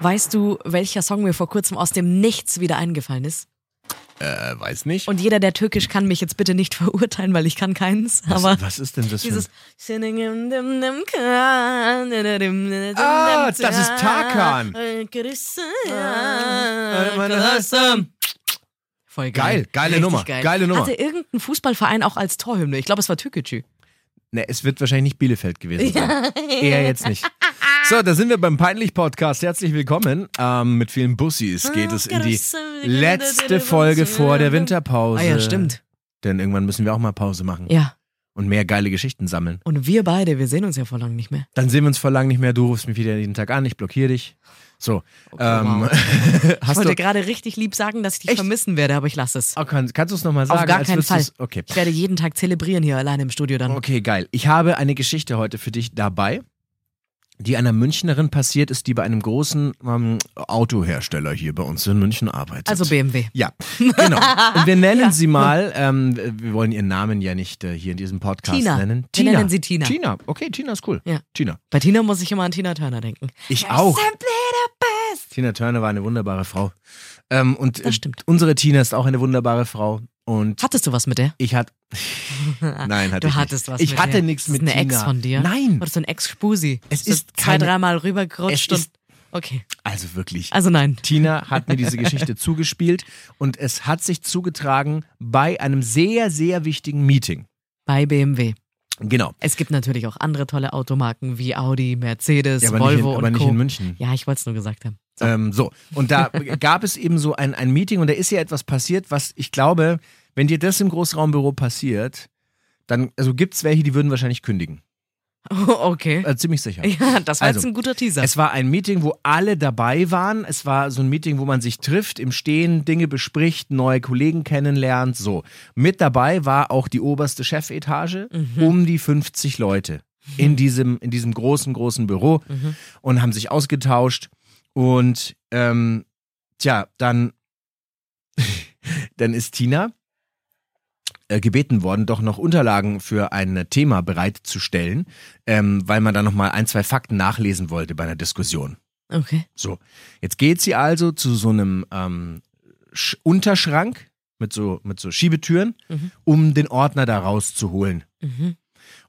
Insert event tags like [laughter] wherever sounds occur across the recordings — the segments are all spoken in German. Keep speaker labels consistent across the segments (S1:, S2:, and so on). S1: Weißt du, welcher Song mir vor kurzem aus dem Nichts wieder eingefallen ist?
S2: Äh, weiß nicht.
S1: Und jeder, der türkisch kann, mich jetzt bitte nicht [laughs] verurteilen, weil ich kann
S2: [laughs]
S1: keins.
S2: was,
S1: aber
S2: was ist denn das für
S1: dieses
S2: ein... Ah, das ist Tarkan.
S1: Äh,
S2: Ah, äh,
S1: Tarkan. Voll geil.
S2: Geil, geile
S1: Richtig
S2: Nummer, geile Nummer.
S1: Hatte irgendein Fußballverein auch als Torhymne. Ich glaube, es war Türkgücü.
S2: Ne, es wird wahrscheinlich nicht Bielefeld
S1: [laughs]
S2: gewesen sein. Eher jetzt nicht. So, da sind wir beim Peinlich-Podcast. Herzlich willkommen. Ähm, mit vielen
S1: Ah,
S2: Bussis geht es
S1: genau,
S2: in die letzte Folge vor der Winterpause.
S1: Ah ja, stimmt.
S2: Denn irgendwann müssen wir auch mal Pause machen
S1: Ja.
S2: und mehr geile Geschichten sammeln.
S1: Und wir beide, wir sehen uns ja vor langem nicht mehr.
S2: Dann sehen wir uns vor lang nicht mehr. Du rufst mich wieder jeden Tag an, ich blockiere dich. So, ähm,
S1: Ich
S2: [laughs] hast du...
S1: wollte gerade richtig lieb sagen, dass ich dich
S2: Echt?
S1: vermissen werde, aber ich lasse es.
S2: Oh, kann, kannst du es nochmal sagen?
S1: Auf gar
S2: als
S1: keinen
S2: würdest
S1: Fall.
S2: du's- Okay.
S1: Ich werde jeden Tag zelebrieren hier alleine im Studio dann.
S2: Okay, geil. Ich habe eine Geschichte heute für dich dabei, die einer Münchnerin passiert ist, die bei einem großen ähm, Autohersteller hier bei uns in München arbeitet.
S1: Also BMW.
S2: ja, genau. Und
S1: [laughs]
S2: wir nennen sie mal, ähm, wir wollen ihren Namen ja nicht äh, hier in diesem Podcast
S1: Tina.
S2: nennen.
S1: Wir nennen sie Tina.
S2: Tina, okay, Tina ist cool.
S1: Ja.
S2: Tina.
S1: Bei Tina muss ich immer an Tina Turner denken.
S2: Ich auch. Tina Turner war eine wunderbare Frau. Ähm, und
S1: Das stimmt.
S2: äh, unsere Tina ist auch eine wunderbare Frau. Und
S1: Hattest du was mit der? [laughs]
S2: ich hatte. Nein, hatte
S1: du
S2: ich
S1: hattest
S2: nicht.
S1: was
S2: Ich
S1: mit
S2: hatte
S1: der.
S2: nichts
S1: Ist
S2: mit
S1: eine
S2: Tina.
S1: Ex von dir?
S2: Nein.
S1: Oder so ein Ex-Spusi?
S2: Es
S1: Bist du
S2: ist
S1: Zwei,
S2: keine-
S1: dreimal rübergerutscht
S2: Es
S1: und...
S2: ist-
S1: Okay,
S2: Also wirklich.
S1: also nein.
S2: Tina hat mir diese
S1: [laughs]
S2: Geschichte zugespielt und es hat sich zugetragen bei einem sehr, sehr wichtigen Meeting.
S1: Bei BMW.
S2: Genau.
S1: Es gibt natürlich auch andere tolle Automarken wie Audi, Mercedes,
S2: Ja, aber nicht in-
S1: Volvo
S2: aber
S1: und
S2: nicht
S1: Co.
S2: in München.
S1: Ja, ich wollte es nur gesagt haben. [laughs]
S2: Ähm, so. Und da gab es eben so ein, ein Meeting und da ist ja etwas passiert, was ich glaube, wenn dir das im Großraumbüro passiert, dann, also gibt es welche, die würden wahrscheinlich kündigen.
S1: Okay.
S2: Äh, ziemlich sicher.
S1: Ja, das war
S2: Also,
S1: jetzt ein guter Teaser.
S2: Es war ein Meeting, wo alle dabei waren. Es war so ein Meeting, wo man sich trifft, im Stehen Dinge bespricht, neue Kollegen kennenlernt. So. Mit dabei war auch die oberste Chefetage, um die 50 Leute in diesem, in diesem großen, großen Büro und haben sich ausgetauscht. Und ähm, tja, dann, [laughs] dann ist Tina äh, gebeten worden, doch noch Unterlagen für ein Thema bereitzustellen, ähm, weil man da nochmal ein, zwei Fakten nachlesen wollte bei einer Diskussion.
S1: okay.
S2: So, jetzt geht sie also zu so einem ähm, Sch Unterschrank mit so, mit so Schiebetüren,
S1: Mhm.
S2: um den Ordner da rauszuholen.
S1: Mhm.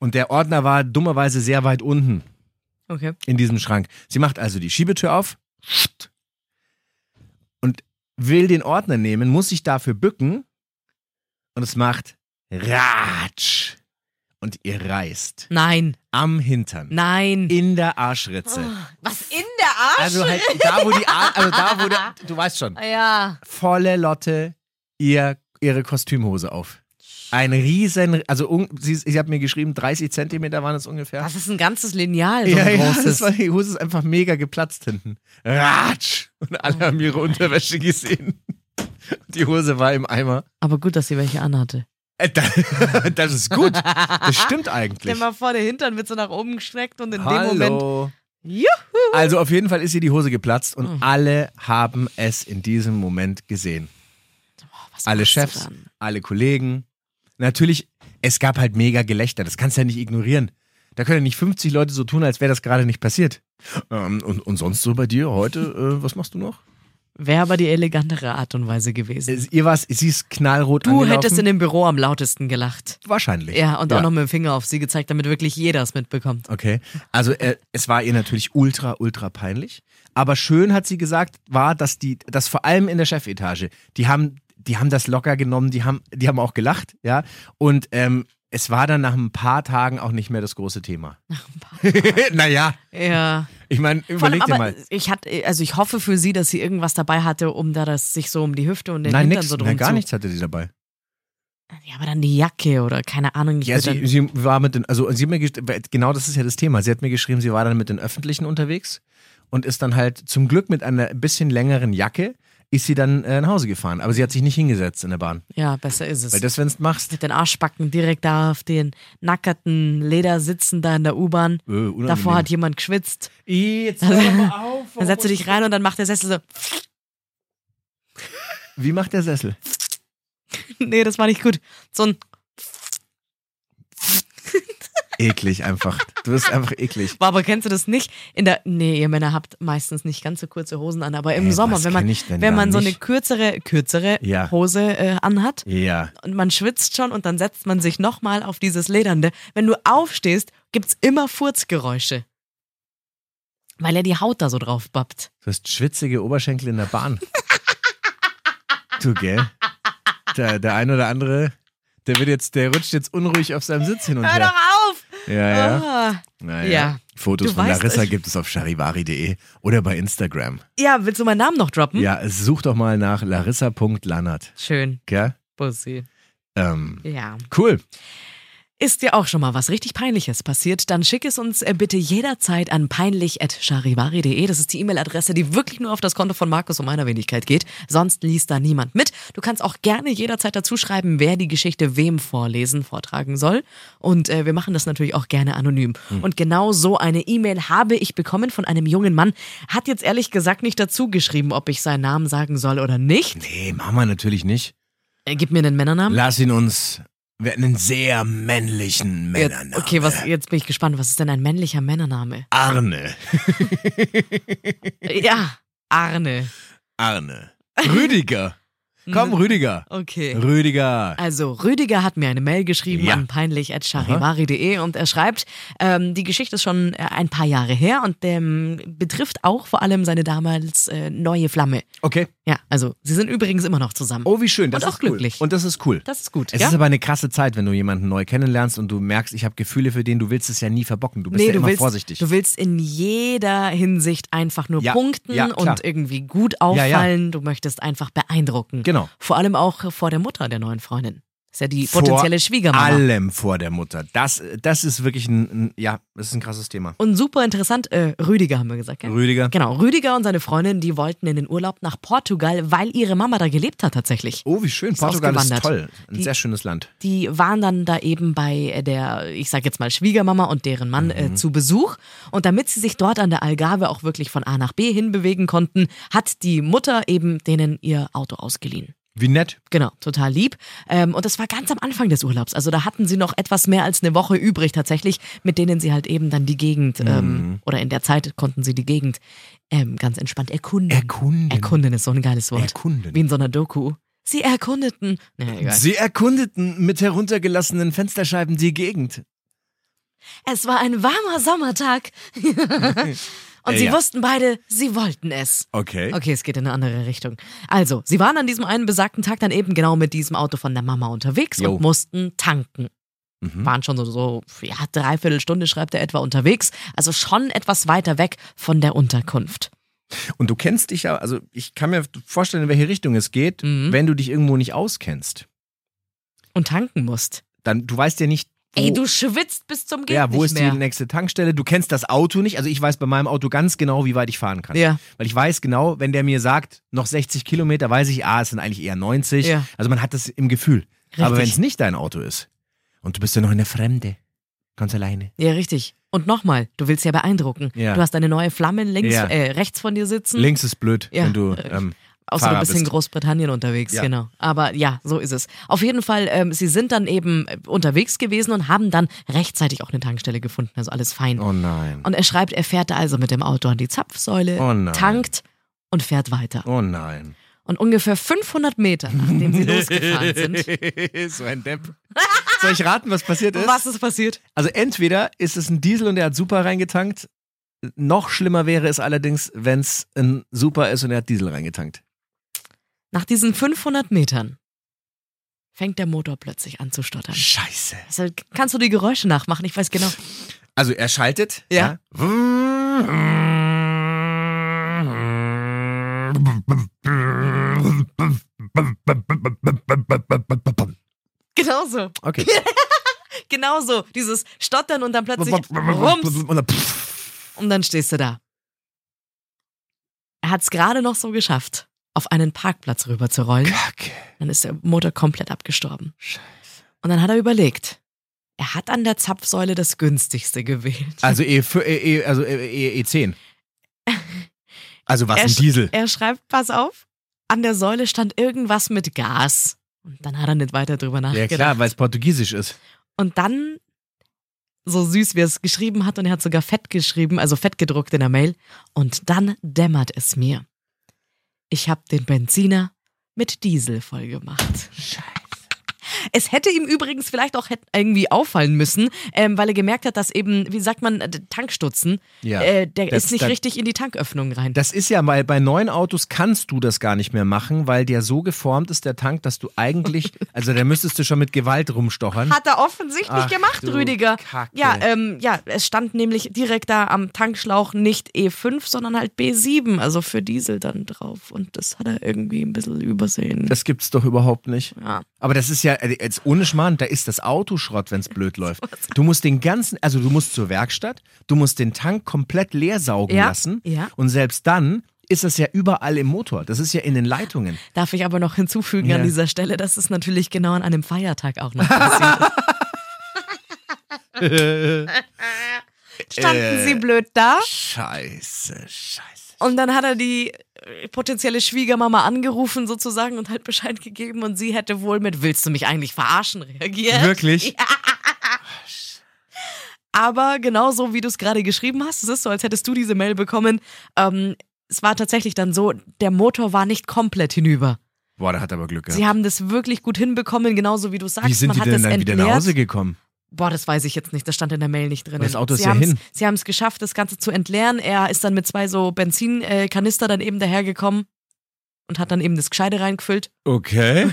S2: Und der Ordner war dummerweise sehr weit unten
S1: Okay.
S2: in diesem Schrank. Sie macht also die Schiebetür auf und will den Ordner nehmen, muss sich dafür bücken und es macht Ratsch und ihr reißt
S1: Nein,
S2: am Hintern
S1: nein. Ah.
S2: in der Arschritze.
S1: Was in der Arsch?
S2: Also halt da wo die Ar also da
S1: [laughs]
S2: wo der, du weißt schon,
S1: ja.
S2: volle Lotte ihr ihre Kostümhose auf. Ein riesen also un- sie, sie hat mir geschrieben 30 Zentimeter waren es ungefähr.
S1: Das ist ein ganzes Lineal, so ein
S2: das
S1: großes.
S2: war, die Hose ist einfach mega geplatzt hinten. Ratsch! Und alle haben ihre Unterwäsche gesehen. Die Hose war im Eimer.
S1: Aber gut, dass sie welche anhatte.
S2: Äh, da- [laughs] Das ist gut. Das stimmt eigentlich.
S1: Stell mal vor, der Hintern wird so nach oben gestreckt und in dem Moment. Mhm.
S2: Hallo.
S1: Juhu.
S2: Also auf jeden Fall ist ihr die Hose geplatzt und alle haben es in diesem Moment gesehen.
S1: Was
S2: Alle
S1: machst du
S2: Chefs,
S1: dann?
S2: alle Kollegen. Natürlich, es gab halt mega Gelächter. Das kannst du ja nicht ignorieren. Da können ja nicht 50 Leute so tun, als wäre das gerade nicht passiert. Ähm, und, und sonst so bei dir heute, äh, was machst du noch?
S1: Wäre aber die elegantere Art und Weise gewesen.
S2: Es- Ihr war's, sie ist knallrot
S1: Du
S2: angelaufen.
S1: hättest in dem Büro am lautesten gelacht.
S2: Wahrscheinlich.
S1: Ja, und auch noch mit dem Finger auf sie gezeigt, damit wirklich jeder es mitbekommt.
S2: Okay. Also äh, es war ihr natürlich ultra, ultra peinlich. Aber schön hat sie gesagt, war, dass die, dass vor allem in der Chefetage, die haben, die haben das locker genommen, die haben, die haben auch gelacht, ja. Und ähm, es war dann nach ein paar Tagen auch nicht mehr das große Thema. Nach ein [laughs] paar Tagen. naja,
S1: Ja.
S2: ich meine,
S1: Vor allem
S2: überleg dir
S1: aber
S2: mal.
S1: ich hatte, also ich hoffe für sie, dass sie irgendwas dabei hatte, um da das sich so um die Hüfte und den
S2: Nein,
S1: Hintern
S2: nix,
S1: so drum
S2: nein, gar
S1: zu.
S2: nichts hatte sie dabei.
S1: Ja, aber dann die Jacke oder keine Ahnung. Ich
S2: Ja,
S1: würde
S2: sie, sie war mit den, also sie hat mir gesch- genau das ist ja das Thema. Sie hat mir geschrieben, sie war dann mit den Öffentlichen unterwegs und ist dann halt zum Glück mit einer bisschen längeren Jacke ist sie dann äh, nach Hause gefahren. Aber sie hat sich nicht hingesetzt in der Bahn.
S1: Ja, besser ist es.
S2: Weil das, wenn du machst,
S1: mit den Arschbacken direkt da auf den nackerten Ledersitzen da in der U-Bahn.
S2: Äh, unangenehm.
S1: Davor hat jemand geschwitzt.
S2: Ih, jetzt hör doch mal auf.
S1: Dann setzt du dich rein und dann macht der Sessel so, [laughs]
S2: Wie macht der Sessel?
S1: nee, das war nicht gut. So ein,
S2: Eklig einfach. Du bist einfach eklig.
S1: boah, aber kennst du das nicht? In der, nee, ihr Männer habt meistens nicht ganz so kurze Hosen an, aber im
S2: Ey,
S1: Sommer,
S2: was
S1: wenn man,
S2: kenn ich denn
S1: wenn
S2: da
S1: man so eine
S2: nicht?
S1: kürzere, kürzere
S2: Ja.
S1: Hose äh, anhat
S2: Ja.
S1: und man schwitzt schon und dann setzt man sich nochmal auf dieses Ledernde. Wenn du aufstehst, gibt's immer Furzgeräusche. Weil er die Haut da so drauf bappt.
S2: Du hast schwitzige Oberschenkel in
S1: [laughs]
S2: der Bahn. Du, gell? Der, der ein oder andere, der wird jetzt, der rutscht jetzt unruhig auf seinem Sitz hin und
S1: Hör
S2: her.
S1: doch auf!
S2: Ja, ja.
S1: Ah.
S2: Naja.
S1: Ja.
S2: Fotos
S1: Du
S2: von
S1: weißt,
S2: Larissa
S1: ich-
S2: gibt es auf charivari.de oder bei Instagram.
S1: Ja, willst du meinen Namen noch droppen?
S2: Ja, such doch mal nach larissa.lannert.
S1: Schön.
S2: Gell?
S1: Bussi.
S2: Ähm,
S1: Ja.
S2: cool.
S1: Ist dir auch schon mal was richtig Peinliches passiert? Dann schick es uns äh, bitte jederzeit an peinlich.charivari.de. Das ist die E-Mail-Adresse, die wirklich nur auf das Konto von Markus und meiner Wenigkeit geht. Sonst liest da niemand mit. Du kannst auch gerne jederzeit dazu schreiben, wer die Geschichte wem vorlesen, vortragen soll. Und äh, wir machen das natürlich auch gerne anonym. Und genau so eine E-Mail habe ich bekommen von einem jungen Mann. Hat jetzt ehrlich gesagt nicht dazu geschrieben, ob ich seinen Namen sagen soll oder nicht.
S2: Nee, machen wir natürlich nicht.
S1: Äh, gib mir einen Männernamen.
S2: Lass ihn uns. Wir hatten einen sehr männlichen Männernamen.
S1: Jetzt, okay, was, jetzt bin ich gespannt. Was ist denn ein männlicher
S2: [laughs]
S1: Männername?
S2: Arne.
S1: Ja, Arne.
S2: Arne. Rüdiger. Komm, Rüdiger.
S1: Hm. Okay.
S2: Rüdiger.
S1: Also Rüdiger hat mir eine Mail geschrieben
S2: Ja.
S1: an peinlich.charivari.de und er schreibt, ähm, die Geschichte ist schon äh, ein paar Jahre her und ähm, betrifft auch vor allem seine damals äh, neue Flamme.
S2: Okay.
S1: Ja, also sie sind übrigens immer noch zusammen.
S2: Oh, wie schön. Das
S1: Und
S2: ist
S1: auch
S2: cool.
S1: glücklich.
S2: Und das ist cool.
S1: Das ist gut,
S2: Es
S1: ja?
S2: ist aber eine krasse Zeit, wenn du jemanden neu kennenlernst und du merkst, ich habe Gefühle für den, du willst es ja nie verbocken. Du bist ja
S1: du
S2: immer
S1: willst,
S2: vorsichtig.
S1: Du willst in jeder Hinsicht einfach nur
S2: Ja,
S1: punkten
S2: ja, klar.
S1: und irgendwie gut
S2: ja.
S1: auffallen. Du möchtest einfach beeindrucken.
S2: Genau.
S1: Vor allem auch vor der Mutter der neuen Freundin. Ist ja die
S2: Vor
S1: potenzielle Schwiegermama.
S2: Allem vor der Mutter. Das, das ist wirklich ein, ein ja, das ist ein krasses Thema.
S1: Und super interessant, äh, Rüdiger haben wir gesagt, gell?
S2: Rüdiger.
S1: Genau, Rüdiger und seine Freundin, die wollten in den Urlaub nach Portugal, weil ihre Mama da gelebt hat tatsächlich.
S2: Oh, wie schön.
S1: Ist
S2: Portugal ist toll.
S1: ausgewandert.
S2: Ein
S1: Die-
S2: sehr schönes Land.
S1: Die waren dann da eben bei äh, der, ich sag jetzt mal, Schwiegermama und deren Mann
S2: Mhm.
S1: äh, zu Besuch. Und damit sie sich dort an der Algarve auch wirklich von A nach B hinbewegen konnten, hat die Mutter eben denen ihr Auto ausgeliehen.
S2: Wie nett.
S1: Genau, total lieb. Ähm, und das war ganz am Anfang des Urlaubs. Also da hatten sie noch etwas mehr als eine Woche übrig tatsächlich, mit denen sie halt eben dann die Gegend
S2: Mhm.
S1: ähm, oder in der Zeit konnten sie die Gegend ähm, ganz entspannt erkunden.
S2: Erkunden.
S1: Erkunden ist so ein geiles Wort.
S2: Erkunden.
S1: Wie in so einer Doku. Sie erkundeten. Naja, egal.
S2: Sie erkundeten mit heruntergelassenen Fensterscheiben die Gegend.
S1: es war ein warmer
S2: [laughs]
S1: Sommertag. und
S2: Äh,
S1: sie
S2: ja.
S1: wussten beide, sie wollten es.
S2: Okay.
S1: Okay, es geht in eine andere Richtung. Also, sie waren an diesem einen besagten Tag dann eben genau mit diesem Auto von der Mama unterwegs
S2: Jo. Mhm.
S1: und mussten tanken. Waren schon so, so, ja, dreiviertel Stunde schreibt er etwa unterwegs. Also schon etwas weiter weg von der Unterkunft.
S2: Und du kennst dich ja, also ich kann mir vorstellen, in welche Richtung es geht,
S1: Mhm.
S2: wenn du dich irgendwo nicht auskennst.
S1: Und tanken musst.
S2: Dann, du weißt ja nicht, wo,
S1: Ey, du schwitzt bis zum Geht
S2: ja, wo
S1: nicht
S2: ist
S1: mehr.
S2: die nächste Tankstelle. Du kennst das Auto nicht. Also ich weiß bei meinem Auto ganz genau, wie weit ich fahren kann.
S1: Ja.
S2: Weil ich weiß genau, wenn der mir sagt, noch 60 Kilometer, weiß ich, ah, es sind eigentlich eher 90.
S1: Ja.
S2: Also man hat das im Gefühl. Aber
S1: Richtig.
S2: wenn es nicht dein Auto ist und du bist ja noch in der Fremde, ganz alleine.
S1: Ja, richtig. Und nochmal, du willst ja beeindrucken.
S2: Ja.
S1: Du hast eine neue Flamme links,
S2: Ja.
S1: äh, rechts von dir sitzen.
S2: Links ist blöd,
S1: Ja.
S2: wenn du
S1: Äh,
S2: ähm,
S1: Außer
S2: Fahrer
S1: du bist in
S2: bist.
S1: Großbritannien unterwegs,
S2: Ja.
S1: genau. Aber ja, so ist es. Auf jeden Fall, ähm, sie sind dann eben äh, unterwegs gewesen und haben dann rechtzeitig auch eine Tankstelle gefunden. Also alles fein.
S2: Oh nein.
S1: Und äh, er schreibt, er fährt da also mit dem Auto an die Zapfsäule,
S2: Oh nein.
S1: tankt und fährt weiter.
S2: Oh nein.
S1: Und ungefähr 500 Meter, nachdem sie losgefahren sind.
S2: [laughs] so ein Depp. Soll ich raten, was passiert ist?
S1: Was ist passiert?
S2: Also entweder ist es ein Diesel und er hat Super reingetankt. Noch schlimmer wäre es allerdings, wenn es ein Super ist und er hat Diesel reingetankt.
S1: Nach diesen 500 Metern fängt der Motor plötzlich an zu stottern.
S2: Scheiße.
S1: Also, kannst du die Geräusche nachmachen? Ich weiß genau.
S2: Also er schaltet.
S1: Ja. Genau so.
S2: Okay.
S1: Genau so. Dieses Stottern und dann plötzlich rums
S2: Und dann pff.
S1: und dann stehst du da. Er hat's gerade noch so geschafft. auf einen Parkplatz rüber zu rollen.
S2: Kacke.
S1: Dann ist der Motor komplett abgestorben. Und dann hat er überlegt. Er hat an der Zapfsäule das günstigste gewählt.
S2: Also E, fü- e, e also e,
S1: [laughs]
S2: e, E10. Also was
S1: er,
S2: ein
S1: sch-
S2: Diesel.
S1: Er schreibt, pass auf, an der Säule stand irgendwas mit Gas. Und dann hat er nicht weiter drüber
S2: Ja
S1: nachgedacht.
S2: klar, weil es portugiesisch ist.
S1: Und dann, so süß wie er es geschrieben hat, und er hat sogar fett geschrieben, also fett gedruckt in der Mail, und dann dämmert es mir. Ich habe den Benziner mit Diesel voll gemacht. Scheiße. Es hätte ihm übrigens vielleicht auch hätt- irgendwie auffallen müssen, ähm, weil er gemerkt hat, dass eben, wie sagt man, äh, Tankstutzen,
S2: Ja.
S1: äh, der
S2: Das-
S1: ist nicht
S2: das-
S1: richtig in die Tanköffnung rein.
S2: Das ist ja bei, bei neuen Autos kannst du das gar nicht mehr machen, weil der so geformt ist, der Tank, dass du
S1: [laughs]
S2: eigentlich, also da müsstest du schon mit Gewalt rumstochern.
S1: Hat er offensichtlich
S2: Ach,
S1: gemacht,
S2: du
S1: Rüdiger.
S2: Kacke.
S1: Ja, ähm, ja, es stand nämlich direkt da am Tankschlauch nicht E5, sondern halt B7, also für Diesel dann drauf. Und das hat er irgendwie ein bisschen übersehen.
S2: das gibt's doch überhaupt nicht.
S1: ja.
S2: Aber das ist ja, äh, jetzt ohne Schmarrn, da ist das Auto Schrott, wenn's
S1: [laughs]
S2: blöd läuft. Du musst den ganzen, also du musst zur Werkstatt, du musst den Tank komplett leer saugen
S1: Ja,
S2: lassen.
S1: ja.
S2: Und selbst dann ist das ja überall im Motor. Das ist ja in
S1: [laughs]
S2: den Leitungen.
S1: Darf ich aber noch hinzufügen
S2: Ja.
S1: an dieser Stelle, dass es natürlich genau an einem Feiertag auch [laughs] noch passiert ist. Standen
S2: Äh.
S1: sie blöd da?
S2: Scheiße, scheiße.
S1: Und dann hat er die äh, potenzielle Schwiegermama angerufen sozusagen und halt Bescheid gegeben und sie hätte wohl mit Willst du mich eigentlich verarschen reagiert.
S2: Wirklich?
S1: Aber genauso wie du es gerade geschrieben hast, es ist so, als hättest du diese Mail bekommen. Ähm, es war tatsächlich dann so, der Motor war nicht komplett hinüber.
S2: Boah, da hat aber Glück
S1: Sie
S2: gehabt.
S1: haben das wirklich gut hinbekommen, genauso wie du sagst.
S2: Wie sind
S1: Man
S2: die
S1: hat das
S2: denn dann wieder nach
S1: entleert.
S2: Hause gekommen?
S1: Boah, das weiß ich jetzt nicht. Das stand in der Mail nicht drin.
S2: Das Auto ist
S1: sie
S2: ja
S1: haben's-
S2: hin.
S1: Sie haben es geschafft, das Ganze zu entleeren. Er ist dann mit zwei so Benzinkanister äh, Kanister dann eben dahergekommen und hat dann eben das Gescheide reingefüllt.
S2: Okay.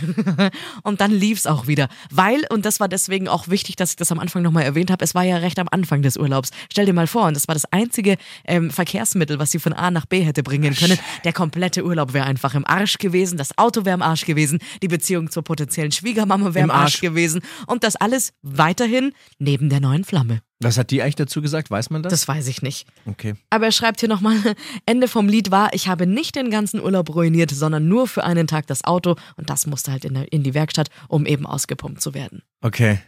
S1: Und dann lief's auch wieder. Weil, und das war deswegen auch wichtig, dass ich das am Anfang nochmal erwähnt habe, es war ja recht am Anfang des Urlaubs. Stell dir mal vor, und das war das einzige ähm, Verkehrsmittel, was sie von A nach B hätte bringen können. Der komplette Urlaub wäre einfach im Arsch gewesen, das Auto wäre im Arsch gewesen, die Beziehung zur potenziellen Schwiegermama wäre im
S2: Im Arsch.
S1: Arsch. gewesen. Und das alles weiterhin neben der neuen Flamme.
S2: Was hat die eigentlich dazu gesagt? Weiß man das?
S1: Das weiß ich nicht.
S2: okay.
S1: Aber er schreibt hier nochmal, [laughs] Ende vom Lied war, ich habe nicht den ganzen Urlaub ruiniert, sondern nur für einen Tag das Auto und das musste halt in, der, in die Werkstatt, um eben ausgepumpt zu werden.
S2: Okay.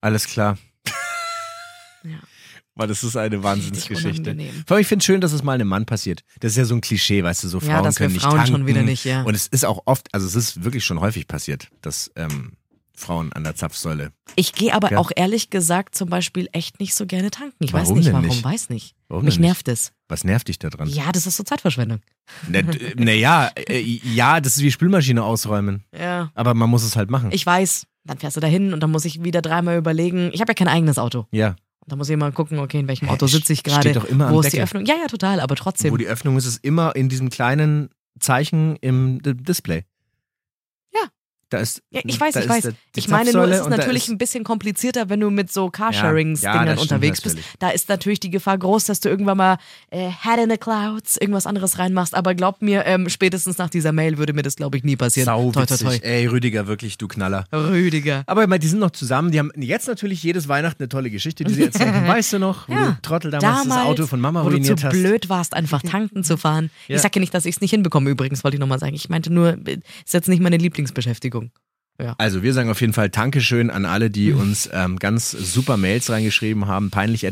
S2: Alles klar.
S1: [laughs] Ja.
S2: Weil das ist eine Wahnsinnsgeschichte.
S1: unangenehm.
S2: Vor allem, ich finde es schön, dass es mal einem Mann passiert. Das ist ja so ein Klischee, weißt du, so Frauen
S1: Ja, dass wir
S2: können nicht
S1: Frauen
S2: tanken.
S1: schon wieder nicht, ja.
S2: Und es ist auch oft, also es ist wirklich schon häufig passiert, dass ähm, Frauen an der Zapfsäule.
S1: Ich gehe aber
S2: Ja.
S1: auch ehrlich gesagt zum Beispiel echt nicht so gerne tanken. Ich weiß
S2: Warum
S1: nicht
S2: denn
S1: warum,
S2: nicht?
S1: weiß nicht.
S2: Warum
S1: Mich
S2: denn nicht?
S1: nervt es.
S2: Was nervt dich da dran?
S1: Ja, das ist so Zeitverschwendung.
S2: Naja, na ja, äh, ja, das ist wie Spülmaschine ausräumen.
S1: Ja.
S2: Aber man muss es halt machen.
S1: Ich weiß, dann fährst du da hin und dann muss ich wieder dreimal überlegen. Ich habe ja kein eigenes Auto.
S2: ja.
S1: Da muss ich immer gucken, okay, in welchem Auto
S2: Hä,
S1: sitze ich
S2: steht
S1: gerade.
S2: doch immer am
S1: Wo ist die
S2: Deckel.
S1: Öffnung? Ja, ja, total, aber trotzdem.
S2: Wo die Öffnung ist, ist immer in diesem kleinen Zeichen im D Display.
S1: Ja.
S2: Da ist.
S1: Ja, ich weiß,
S2: Hm, da
S1: ich
S2: ist
S1: weiß.
S2: der- die
S1: ich meine nur,
S2: Zapfsäule
S1: es ist
S2: und da
S1: natürlich
S2: ist-
S1: ein bisschen komplizierter, wenn du mit so Carsharings-Dingern
S2: Ja, ja, das stimmt
S1: unterwegs bist.
S2: natürlich.
S1: Da ist natürlich die Gefahr groß, dass du irgendwann mal äh, Head in the Clouds, irgendwas anderes reinmachst. Aber glaub mir, ähm, spätestens nach dieser Mail würde mir das, glaube ich, nie passieren.
S2: Sau
S1: toi, toi, toi.
S2: Ey, Rüdiger, wirklich, du Knaller.
S1: Rüdiger.
S2: Aber ich meine, die sind noch zusammen. Die haben jetzt natürlich jedes Weihnachten eine tolle Geschichte, die sie
S1: [laughs]
S2: erzählen. weißt du noch, wo du Trottel damals, das Auto von Mama
S1: wo du zu
S2: ruiniert hast?
S1: blöd warst,
S2: [laughs]
S1: einfach tanken zu fahren.
S2: Ja.
S1: Ich sage ja nicht, dass ich es nicht hinbekomme, übrigens, wollte ich nochmal sagen. Ich meinte nur, äh, ist jetzt nicht meine Lieblingsbeschäftigung.
S2: Also wir sagen auf jeden Fall Dankeschön an alle, die
S1: Mhm.
S2: uns ähm, ganz super Mails reingeschrieben haben.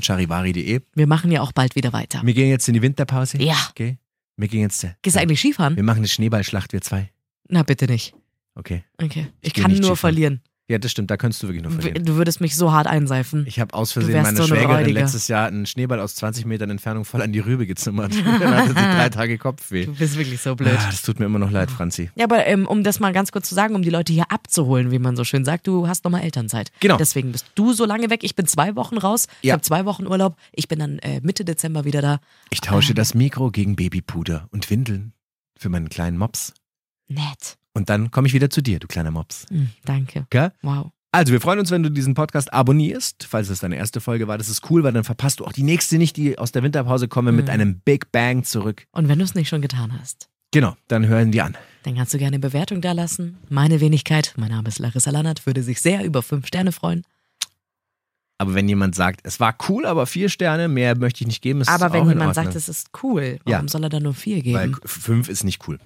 S2: Peinlich@charivari.de.
S1: Wir machen ja auch bald wieder weiter.
S2: Wir gehen jetzt in die Winterpause.
S1: Ja.
S2: Okay. Wir gehen jetzt. äh,
S1: Gehst du eigentlich Skifahren?
S2: Wir machen eine Schneeballschlacht, wir zwei.
S1: Na, bitte nicht.
S2: Okay.
S1: Okay. Ich,
S2: geh
S1: kann
S2: nicht
S1: nur
S2: Skifahren.
S1: verlieren.
S2: Ja, das stimmt. Da könntest du wirklich nur verlieren.
S1: Du würdest mich so hart einseifen.
S2: Ich habe aus
S1: Du
S2: Versehen
S1: wärst
S2: meine
S1: so ein
S2: Schwägerin
S1: Räudiger.
S2: letztes Jahr einen Schneeball aus 20 Metern Entfernung voll an die Rübe gezimmert.
S1: [laughs]
S2: [laughs] Dann hatte sie drei Tage Kopfweh.
S1: Du bist wirklich so blöd.
S2: Ah, das tut mir immer noch leid, Franzi.
S1: Ja, aber ähm, um das mal ganz kurz zu sagen, um die Leute hier abzuholen, wie man so schön sagt, du hast nochmal Elternzeit.
S2: Genau.
S1: Deswegen bist du so lange weg. Ich bin zwei Wochen raus. Ich
S2: Ja.
S1: habe zwei Wochen Urlaub. Ich bin dann äh, Mitte Dezember wieder da.
S2: Ich tausche das Mikro gegen Babypuder und Windeln für meinen kleinen Mops.
S1: Nett.
S2: Und dann komme ich wieder zu dir, du kleiner Mops.
S1: Hm, danke.
S2: Gell?
S1: Wow.
S2: Also, wir freuen uns, wenn du diesen Podcast abonnierst, falls es deine erste Folge war. Das ist cool, weil dann verpasst du auch die nächste nicht, die aus der Winterpause kommen wir
S1: Mhm.
S2: mit einem Big Bang zurück.
S1: Und wenn du es nicht schon getan hast,
S2: Genau, dann hören die an.
S1: dann kannst du gerne eine Bewertung da lassen. Meine Wenigkeit, mein Name ist Larissa Lannert, würde sich sehr über fünf Sterne freuen.
S2: Aber wenn jemand sagt, es war cool, aber vier Sterne, mehr möchte ich nicht geben, ist es
S1: Aber
S2: auch
S1: wenn
S2: in
S1: jemand
S2: Ordnung.
S1: sagt, es ist cool, warum
S2: Ja.
S1: soll er dann nur vier
S2: Weil
S1: geben?
S2: fünf ist nicht cool.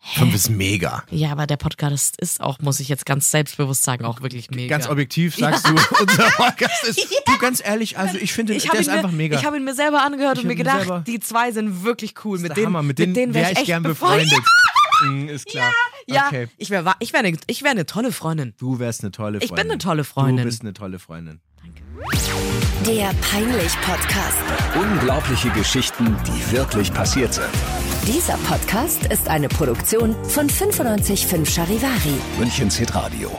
S2: Fünf ist mega.
S1: Ja, aber der Podcast ist auch, muss ich jetzt ganz selbstbewusst sagen, auch wirklich mega.
S2: Ganz objektiv sagst
S1: [laughs]
S2: du, unser Podcast ist. Du ganz ehrlich, also ich finde,
S1: Ich
S2: der
S1: habe ihn,
S2: ist
S1: mir-
S2: einfach mega.
S1: ich hab ihn mir selber angehört
S2: Ich
S1: und mir
S2: hab ihn
S1: gedacht,
S2: selber-
S1: die zwei sind wirklich cool.
S2: Das ist
S1: Mit
S2: der
S1: denen,
S2: Hammer, mit
S1: mit denen
S2: denen
S1: wäre
S2: wär
S1: ich echt
S2: gern
S1: befreundet.
S2: befreundet.
S1: [laughs]
S2: Mm, ist klar.
S1: Ja,
S2: Okay.
S1: ich wäre ich wär eine ich wär ne tolle Freundin.
S2: Du wärst eine tolle
S1: Ich
S2: Freundin.
S1: bin eine tolle Freundin.
S2: Du bist eine tolle Freundin.
S3: Der Peinlich-Podcast.
S4: Unglaubliche Geschichten, die wirklich passiert sind.
S5: Dieser Podcast ist eine Produktion von 955 Charivari.
S4: Münchens Hitradio.